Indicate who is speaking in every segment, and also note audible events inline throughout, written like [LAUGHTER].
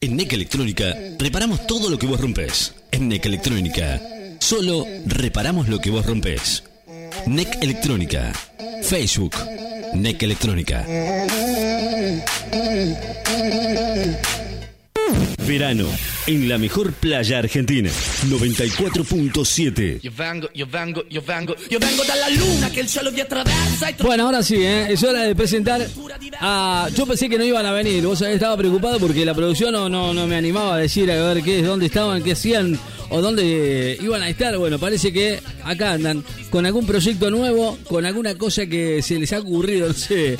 Speaker 1: En NEC Electrónica reparamos todo lo que vos rompes. En NEC Electrónica solo reparamos lo que vos rompes. NEC Electrónica. Facebook. NEC Electrónica. Verano en la mejor playa argentina. 94.7.
Speaker 2: Yo vengo, yo vengo, yo vengo, yo vengo de la luna que el cielo vi attraversa y
Speaker 3: Bueno, ahora sí, ¿eh? es hora de presentar a... Yo pensé que no iban a venir, vos sabés, estaba preocupado porque la producción no, no, no me animaba a decir a ver qué es, dónde estaban, qué hacían o dónde eh, iban a estar. Bueno, parece que acá andan con algún proyecto nuevo, con alguna cosa que se les ha ocurrido, [LAUGHS] no sé.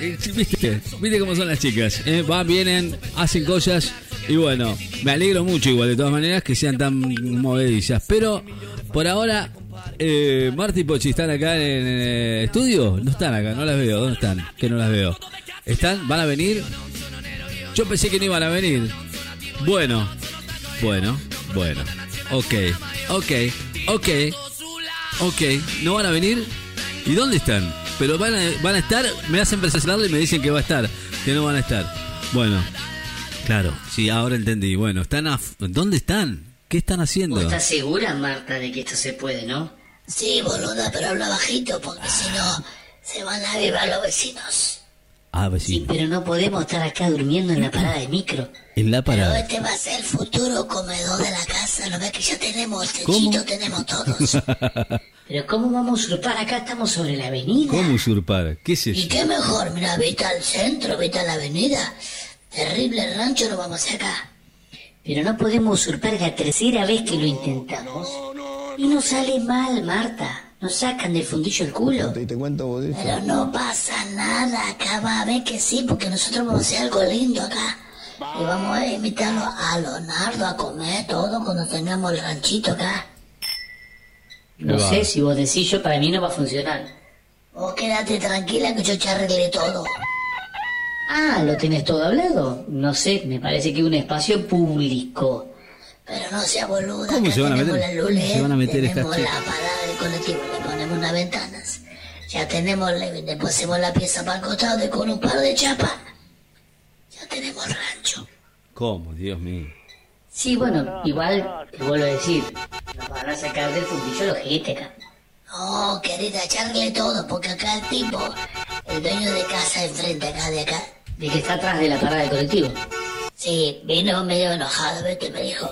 Speaker 3: Eh, ¿Viste? ¿Viste cómo son las chicas? ¿eh? Van, vienen, hacen cosas y bueno, me alegro mucho igual de todas maneras que sean tan movedizas. Pero por ahora eh, Marta y Pochi están acá en el estudio. No están acá, no las veo. ¿Dónde están? Que no las veo. ¿Están? ¿Van a venir? Yo pensé que no iban a venir. Bueno, bueno, bueno. Ok, ok, ok, ok. ¿No van a venir? ¿Y dónde están? Pero van a, van a estar, me hacen presionarle y me dicen que va a estar, que no van a estar. Bueno, claro, sí, ahora entendí. Bueno, están af- ¿dónde están? ¿Qué están haciendo?
Speaker 4: ¿Vos estás segura, Marta, de que esto se puede, no?
Speaker 5: Sí, boluda, pero habla bajito porque si no se van a vibrar los vecinos.
Speaker 3: Ah,
Speaker 4: Sí,
Speaker 3: vecino.
Speaker 4: pero no podemos estar acá durmiendo en la parada de micro.
Speaker 3: En la
Speaker 5: Pero
Speaker 3: parada.
Speaker 5: este va a ser el futuro comedor de la casa, lo ves que ya tenemos,
Speaker 3: ¿Cómo?
Speaker 5: techito
Speaker 3: [LAUGHS]
Speaker 5: tenemos todos.
Speaker 4: Pero ¿cómo vamos a usurpar acá? Estamos sobre la avenida.
Speaker 3: ¿Cómo usurpar? ¿Qué es
Speaker 5: ¿Y
Speaker 3: eso?
Speaker 5: qué mejor? Mira, vete al centro, vete a la avenida. Terrible rancho lo vamos a hacer acá.
Speaker 4: Pero no podemos usurpar la tercera vez que lo intentamos. Y nos sale mal, Marta. Nos sacan del fundillo el culo.
Speaker 6: Y te cuento, vos dices.
Speaker 5: Pero no pasa nada, acá va a ver que sí, porque nosotros vamos a hacer algo lindo acá. Y vamos a invitarlo a Leonardo a comer todo cuando tengamos el ranchito acá.
Speaker 4: No sé si vos decís yo, para mí no va a funcionar.
Speaker 5: Vos quédate tranquila que yo te arreglé todo.
Speaker 4: Ah, ¿lo tenés todo hablado? No sé, me parece que un espacio público.
Speaker 5: Pero no sea boluda.
Speaker 3: ¿Cómo
Speaker 5: acá
Speaker 3: se van a
Speaker 5: tenemos
Speaker 3: meter?
Speaker 5: la luz
Speaker 3: ¿Cómo se van a
Speaker 5: LED,
Speaker 3: meter estas
Speaker 5: tenemos
Speaker 3: chicas?
Speaker 5: la parada del colectivo, le ponemos unas ventanas. Ya tenemos, le, le pusimos la pieza para el costado y con un par de chapas. Ya tenemos el rancho.
Speaker 3: ¿Cómo? Dios mío.
Speaker 4: Sí, bueno, igual te vuelvo a decir, nos van a sacar del fundillo los jetes acá.
Speaker 5: No, querida, echarle Oh, todo, porque acá el tipo, el dueño de casa enfrente acá de acá,
Speaker 4: De que está atrás de la parada del colectivo.
Speaker 5: sí, vino medio enojado, vete, me dijo,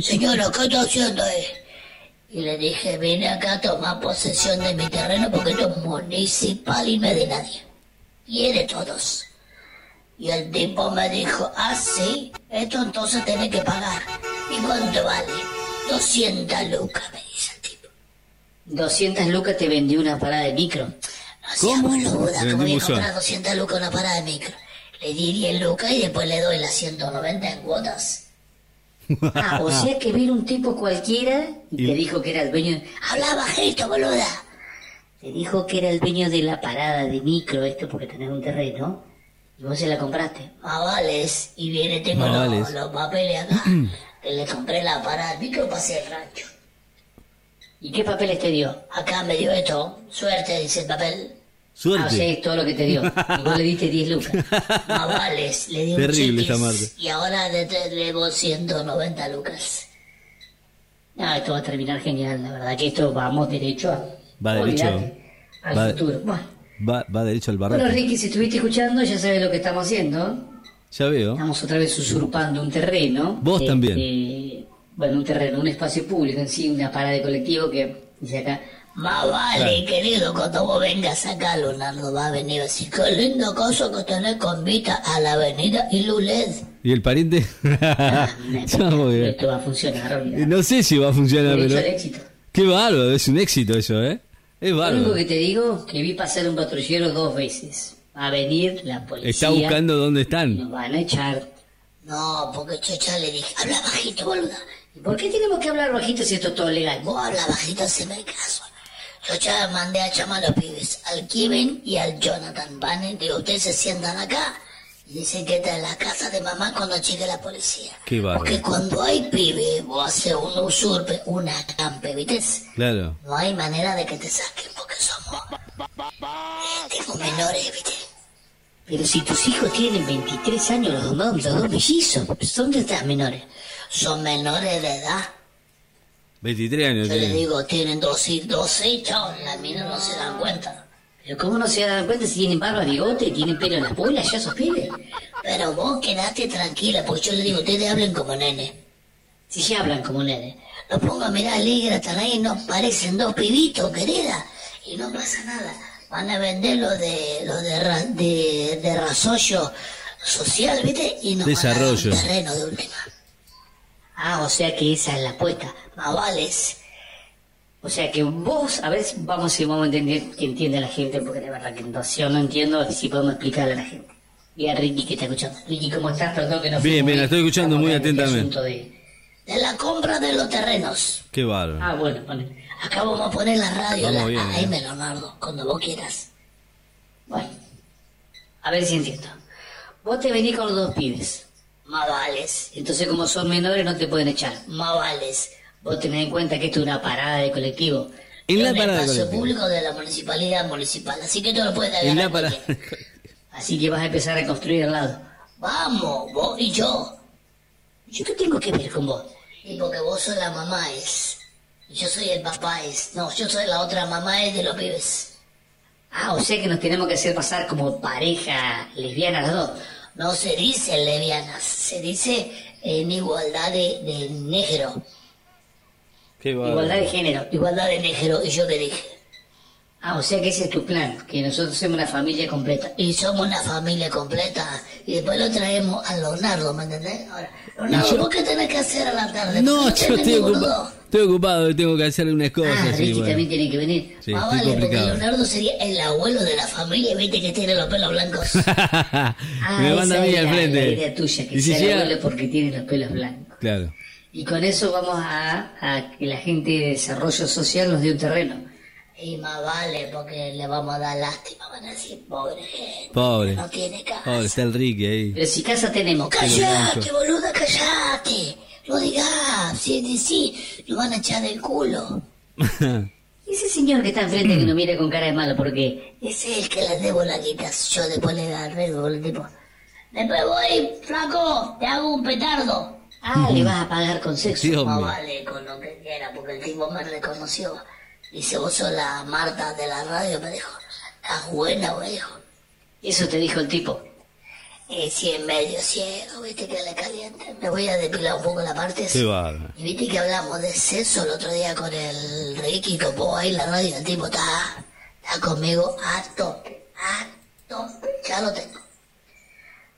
Speaker 5: señora, ¿qué está haciendo ahí? Y le dije, vine acá a tomar posesión de mi terreno porque esto es municipal y no es de nadie. Y es de todos. Y el tipo me dijo, ah, sí, esto entonces tiene que pagar. ¿Y cuánto vale? 200 lucas, me dice el tipo.
Speaker 4: 200 lucas te vendió una parada de micro.
Speaker 3: ¿Cómo?
Speaker 5: ¿Cómo? boluda,
Speaker 3: Le
Speaker 5: como voy a
Speaker 3: vendimos
Speaker 5: comprar
Speaker 3: a-
Speaker 5: 200 lucas una parada de micro. Le di 10 lucas y después le doy las 190 en cuotas.
Speaker 4: Ah, o sea que vino un tipo cualquiera y, te dijo que era el dueño...
Speaker 5: Habla bajito, boluda.
Speaker 4: Te dijo que era el dueño de la parada de micro, esto porque tenés un terreno. Y vos se la compraste.
Speaker 5: Más vales. Y viene, tengo los-
Speaker 3: Mavales.
Speaker 5: Los, papeles acá. que le compré la parada de micro para hacer el rancho.
Speaker 4: ¿Y qué papeles te dio?
Speaker 5: Acá me dio esto. Suerte, dice el papel.
Speaker 4: Ah, o sea,
Speaker 3: Suerte.
Speaker 4: es todo lo que te dio. Y vos le diste 10
Speaker 3: [LAUGHS]
Speaker 4: lucas.
Speaker 5: Más vales. Le di un
Speaker 3: Terrible
Speaker 5: chiquis.
Speaker 3: esta madre.
Speaker 5: Y ahora le debo 190 lucas.
Speaker 4: No, esto va a terminar genial, la verdad que esto vamos derecho a...
Speaker 3: Va derecho.
Speaker 4: olvidate, Al
Speaker 3: Va-
Speaker 4: futuro. Bueno,
Speaker 3: Va, va derecho al
Speaker 4: Bueno,
Speaker 3: barranco.
Speaker 4: Ricky, si estuviste escuchando, ya sabes lo que estamos haciendo.
Speaker 3: Ya veo.
Speaker 4: Estamos otra vez usurpando un terreno.
Speaker 3: Vos
Speaker 4: Eh,
Speaker 3: también.
Speaker 4: eh, bueno, un terreno, un espacio público en sí, una parada de colectivo que dice acá.
Speaker 5: Más vale, querido, cuando vos vengas acá, Leonardo va a venir así. Qué lindo coso que tenés con vista a la avenida Iluled.
Speaker 3: ¿Y el pariente? Ah, Ya voy.
Speaker 4: Ah, Esto va a funcionar, olvidate.
Speaker 3: no sé si va a funcionar,
Speaker 4: Derecho al
Speaker 3: pero.
Speaker 4: éxito.
Speaker 3: Qué bárbaro, es un éxito eso, ¿eh? Es
Speaker 4: Lo único
Speaker 3: bárbaro.
Speaker 4: que te digo que vi pasar un patrullero dos veces. Va a venir la policía.
Speaker 3: Está
Speaker 5: ¿eh?
Speaker 3: buscando dónde
Speaker 4: y
Speaker 3: están.
Speaker 4: Nos van a echar.
Speaker 5: No, porque yo ya le dije, habla bajito, boluda.
Speaker 4: ¿Y ¿Por qué tenemos que hablar bajito si esto es todo legal?
Speaker 5: Vos habla bajito, haceme caso. Yo ya mandé a llamar a los pibes, al Kevin y al Jonathan. Van y digo, ustedes se sientan acá y dicen que esta es la casa de mamá cuando llegue la policía.
Speaker 3: Qué bárbaro.
Speaker 5: Porque cuando hay pibe, vos haces un usurpe, una campe, ¿viste?
Speaker 3: Claro.
Speaker 5: No hay manera de que te saquen porque somos tipos menores, ¿viste? Pero si tus hijos tienen 23 años, los dos, los dos mellizos, son de estas menores.
Speaker 7: Son menores de edad.
Speaker 3: 23 años.
Speaker 7: Yo les
Speaker 3: tiene.
Speaker 7: digo, tienen dos hijos, dos hijos, chavos, las minas no se dan cuenta.
Speaker 5: Pero ¿cómo no se dan cuenta si tienen barba, bigote, tienen pelo en la pola, ya sos pibes?
Speaker 7: Pero vos quedate tranquila, porque yo les digo, ustedes hablen como nene.
Speaker 5: Si ya hablan como nene.
Speaker 7: Los pongo a mirar alegre hasta ahí, nos parecen dos pibitos, querida. Y no pasa nada. Van a vender lo de, lo de, ra- de, de rasollo social, ¿viste? Y nos
Speaker 3: Desarrollo.
Speaker 7: van a dar un terreno de última.
Speaker 5: Ah, o sea que esa es la apuesta.
Speaker 7: Más vales.
Speaker 5: O sea que vos, a ver, si- vamos si vamos a entender que entiende la gente, porque de verdad que no, si yo no entiendo, si podemos explicarle a la gente. Y a Ricky que está escuchando. Ricky, ¿cómo estás? Perdón que no fui
Speaker 3: Bien,
Speaker 5: muy-
Speaker 3: bien, la estoy escuchando
Speaker 5: estamos
Speaker 3: muy
Speaker 5: en este
Speaker 3: atentamente.
Speaker 5: asunto de-
Speaker 7: De la compra de los terrenos.
Speaker 3: Qué bárbaro.
Speaker 5: Ah, bueno, ponele.
Speaker 7: Acá vamos a poner la radio.
Speaker 3: Vamos
Speaker 7: la
Speaker 3: bien,
Speaker 7: AM,
Speaker 3: eh.
Speaker 7: Leonardo, cuando vos quieras.
Speaker 5: Bueno, a ver si entiendo. Vos te venís con los dos pibes.
Speaker 7: Más vales.
Speaker 5: Entonces, como son menores, no te pueden echar.
Speaker 7: Más vales.
Speaker 5: Vos tenés en cuenta que esto es una parada de colectivo.
Speaker 3: En la
Speaker 7: un
Speaker 3: parada
Speaker 7: espacio
Speaker 3: colectivo.
Speaker 7: público de la municipalidad municipal. Así que tú lo puedes
Speaker 3: En
Speaker 7: agarrar
Speaker 3: la parada.
Speaker 7: cualquiera.
Speaker 5: Así que vas a empezar a construir al lado.
Speaker 7: Vamos, vos y yo.
Speaker 5: ¿Yo qué tengo que ver con vos?
Speaker 7: Y porque vos sos la mamá es. Y yo soy el papá es. No, yo soy la otra mamá es de los pibes.
Speaker 5: Ah, o sea que nos tenemos que hacer pasar como pareja lesbiana las dos.
Speaker 7: No se dice levianas, se dice en igualdad de, de negro.
Speaker 3: [LAUGHS] Qué
Speaker 5: Igualdad de
Speaker 3: bárbaro.
Speaker 5: género.
Speaker 7: Igualdad de negro, y yo que dije.
Speaker 5: Ah, o sea que ese es tu plan, que nosotros somos una familia completa.
Speaker 7: Y somos una familia completa. Y después lo traemos a Leonardo, ¿me entendés? Ahora,
Speaker 3: Y
Speaker 7: Leonardo,
Speaker 3: yo-
Speaker 7: ¿vos qué tenés que hacer a la tarde?
Speaker 3: No,
Speaker 7: ¿Por qué
Speaker 3: yo estoy
Speaker 7: no tenés ninguno?
Speaker 3: ocupado. Estoy ocupado y tengo que hacer unas cosas.
Speaker 5: Ah,
Speaker 3: sí, [LAUGHS]
Speaker 5: Ricky
Speaker 3: bueno.
Speaker 5: también tiene que venir.
Speaker 3: Sí, estoy
Speaker 7: Ah, vale, porque
Speaker 3: complicado.
Speaker 7: Leonardo sería el abuelo de la familia, viste que tiene los pelos blancos.
Speaker 5: Ah,
Speaker 3: Me
Speaker 5: esa
Speaker 3: manda a mí
Speaker 5: es
Speaker 3: al
Speaker 5: la-
Speaker 3: frente.
Speaker 5: La idea tuya, que
Speaker 3: y si
Speaker 5: sea el
Speaker 3: llega-
Speaker 5: abuelo porque tiene los pelos blancos.
Speaker 3: Claro.
Speaker 5: Y con eso vamos a, a que la gente de desarrollo social nos dé un terreno.
Speaker 7: Y más vale, porque le vamos a dar lástima, van a decir, pobre gente,
Speaker 3: Pobre.
Speaker 7: no tiene casa.
Speaker 3: Pobre, está el Ricky ahí. [LAUGHS]
Speaker 5: Pero si casa tenemos, ca-
Speaker 7: ¡Callate, boluda, callate! No digas, si es sí, lo van a echar del culo.
Speaker 5: ese señor que está enfrente que nos mira con cara de malo, porque
Speaker 7: Ese es el que les debo la guita, yo después le daré el tipo. Después voy, flaco, te hago un petardo.
Speaker 5: ah, le vas a pagar con sexo.
Speaker 3: Dios
Speaker 7: Más
Speaker 3: mío.
Speaker 7: vale con lo que quiera, porque el tipo me reconoció. Dice, vos sos la Marta de la radio, me dijo. La buena, me dijo.
Speaker 5: Eso te dijo el tipo.
Speaker 7: Eh, si en medio ciego, viste que le caliente. Me voy a depilar un poco la parte.
Speaker 3: Qué bárbaro.
Speaker 7: Y viste que hablamos de sexo el otro día con el Ricky, con vos ahí en la radio, el tipo está, está conmigo a tope, a tope, ya lo tengo.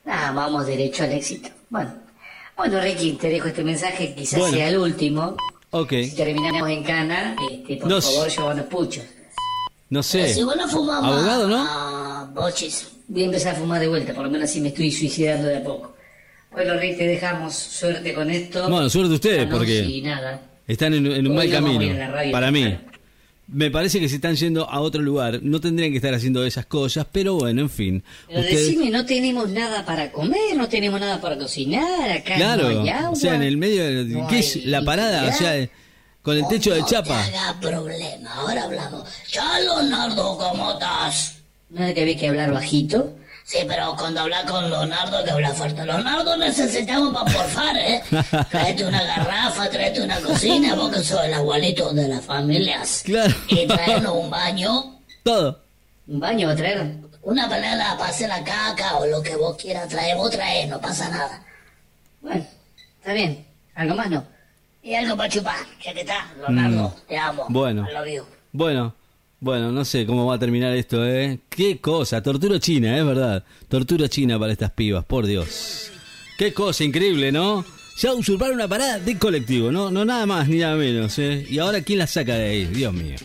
Speaker 5: Ah, vamos derecho al éxito. Bueno, bueno Ricky, te dejo este mensaje, quizás
Speaker 3: Bueno.
Speaker 5: sea el último.
Speaker 3: Ok.
Speaker 5: Si terminamos en cana, este, por
Speaker 3: No sé.
Speaker 5: favor, llevanos puchos.
Speaker 3: No
Speaker 7: Pero
Speaker 3: sé.
Speaker 7: Si vos no fumás más,
Speaker 3: Abogado, ¿no?
Speaker 7: ah, bochis.
Speaker 5: Voy a empezar a fumar de vuelta, por lo menos así me estoy suicidando de a poco. Bueno, Ricky, te dejamos suerte con esto.
Speaker 3: Bueno, suerte ustedes,
Speaker 5: Anoche
Speaker 3: porque-
Speaker 5: Y nada.
Speaker 3: Están en, en un mal
Speaker 5: Hoy no vamos a ir a
Speaker 3: camino.
Speaker 5: la radio ¿eh?
Speaker 3: Para mí.
Speaker 5: temprano.
Speaker 3: Me parece que se están yendo a otro lugar. No tendrían que estar haciendo esas cosas, pero bueno, en fin.
Speaker 5: Pero
Speaker 3: Ustedes-
Speaker 5: decime, no tenemos nada para comer, no tenemos nada para cocinar, acá no
Speaker 3: Claro.
Speaker 5: hay agua.
Speaker 3: o sea, en el medio. de-
Speaker 5: no
Speaker 3: ¿Qué es
Speaker 5: hay
Speaker 3: la parada? O sea, eh, con el techo de
Speaker 7: No
Speaker 3: chapa.
Speaker 7: te haga problema, ahora hablamos. Ya, Leonardo, ¿cómo estás?
Speaker 5: ¿No te había que hablar bajito?
Speaker 7: Sí, pero cuando habla con Leonardo, que habla fuerte. Leonardo, necesitamos para porfar,
Speaker 5: [LAUGHS]
Speaker 7: ¿eh? Traete una garrafa, traete una cocina, vos que sos el abuelito de las familias.
Speaker 3: Claro.
Speaker 7: Y traernos un baño,
Speaker 3: Todo.
Speaker 5: ¿Un baño va a traer?
Speaker 7: una panela para hacer la caca o lo que vos quieras traer, vos traes, no pasa nada.
Speaker 5: Bueno, está bien. ¿Algo más no?
Speaker 7: Y algo para chupar, ya que está, Leonardo,
Speaker 3: Mm.
Speaker 7: te amo.
Speaker 3: Bueno.
Speaker 7: I love you.
Speaker 3: Bueno, bueno, no sé cómo va a terminar esto, ¿eh? Qué cosa, tortura china, es verdad. Tortura china para estas pibas, por Dios. Qué cosa increíble, ¿no? Ya usurparon una parada de colectivo, ¿no? No nada más ni nada menos, ¿eh? Y ahora, ¿quién la saca de ahí? Dios mío.